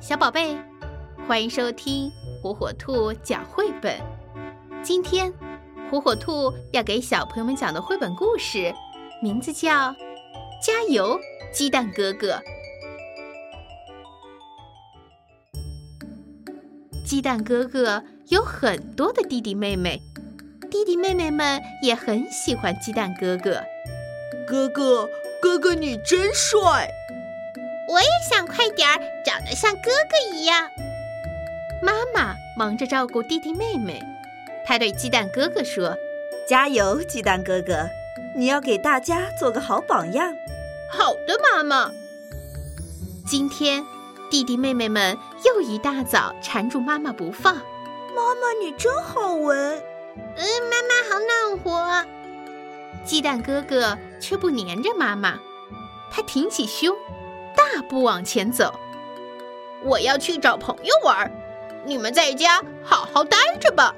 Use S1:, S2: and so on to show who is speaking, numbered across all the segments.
S1: 小宝贝，欢迎收听火火兔讲绘本。今天，火火兔要给小朋友们讲的绘本故事，名字叫《加油，鸡蛋哥哥》。鸡蛋哥哥有很多的弟弟妹妹，弟弟妹妹们也很喜欢鸡蛋哥哥。
S2: 哥哥，哥哥你真帅！
S3: 我也想快点儿长得像哥哥一样。
S1: 妈妈忙着照顾弟弟妹妹，她对鸡蛋哥哥说
S4: 加油，鸡蛋哥哥！你要给大家做个好榜样。：“
S2: 啊
S1: 好的，妈妈。”今天，弟弟妹妹们又一大早缠住妈妈不放。
S4: 妈妈，你真好闻。
S3: 嗯，妈妈好暖和。
S1: 鸡蛋哥哥却不粘着妈妈，他挺起胸，大步往前走。
S3: 我要去找朋友玩儿，你们在家好好待着吧。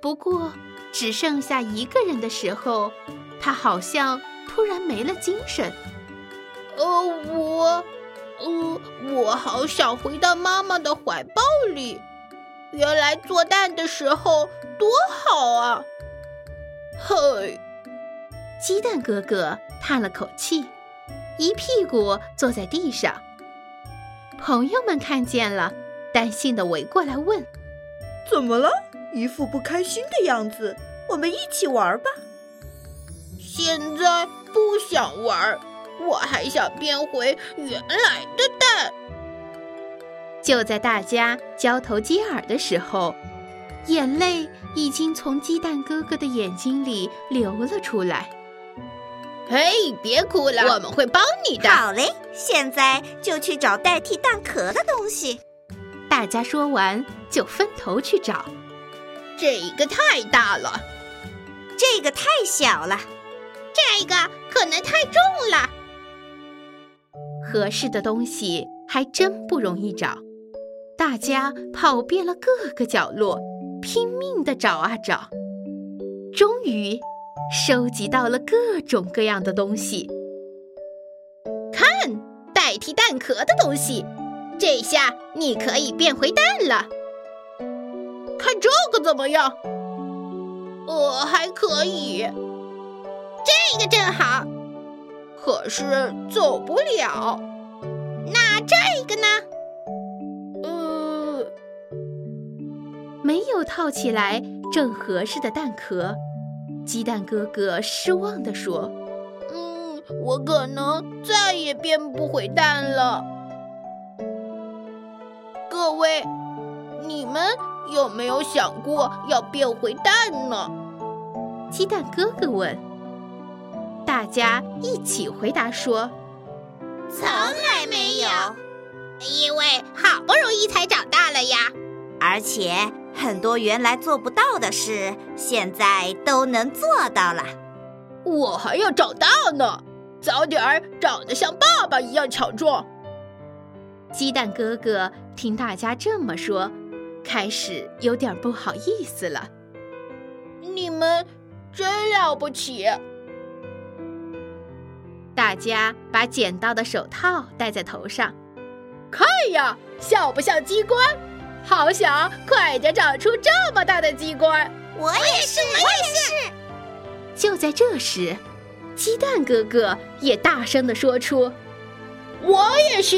S1: 不过，只剩下一个人的时候，他好像突然没了精神。哦
S3: 呃，我，呃，
S1: 嗯
S3: 我好想回到妈妈的怀抱里。原来做蛋的时候多好啊！嘿，
S1: 鸡蛋哥哥叹了口气，一屁股坐在地上。朋友们看见了，担心的围过来问
S2: 怎么了？一副不开心的样子。我们一起玩吧。
S3: 现在不想玩儿，我还想变回原来的蛋。：“
S1: 就在大家交头接耳的时候，眼泪已经从鸡蛋哥哥的眼睛里流了出来。”
S3: 嘿，别哭了，我们会帮你的。
S4: 好嘞，现在就去找代替蛋壳的东西。
S1: 大家说完就分头去找。
S3: 这一个太大了，
S4: 这个太小了，
S3: 这个可能太重了。
S1: 合适的东西还真不容易找，大家跑遍了各个角落，拼命的找啊找，终于收集到了各种各样的东西。
S3: 代替蛋壳的东西，这下你可以变回蛋了。看这个怎么样？我
S1: 哦
S3: 还可以，这个正好。可是走不了。那这个呢？呃，
S1: 嗯没有套起来正合适的蛋壳，鸡蛋哥哥失望地说
S3: 嗯，我可能再也变不回蛋了。各位，你们有没有想过要变回蛋呢？：“
S1: 鸡蛋哥哥问。”大家一起回答说
S3: 从来没有，因为好不容易才长大了呀。
S4: 而且很多原来做不到的事，现在都能做到了。
S3: 我还要长大呢，早点儿长得像爸爸一样强壮。：“
S1: 鸡蛋哥哥听大家这么说，开始有点不好意思了。”
S3: 你们真了不起！
S1: 大家把捡到的手套戴在头上，
S3: 哎呀，像不像鸡冠？好想快点长出这么大的鸡冠！
S4: 我也是，我也是。
S1: 就在这时，鸡蛋哥哥也大声地说出
S3: 我也是。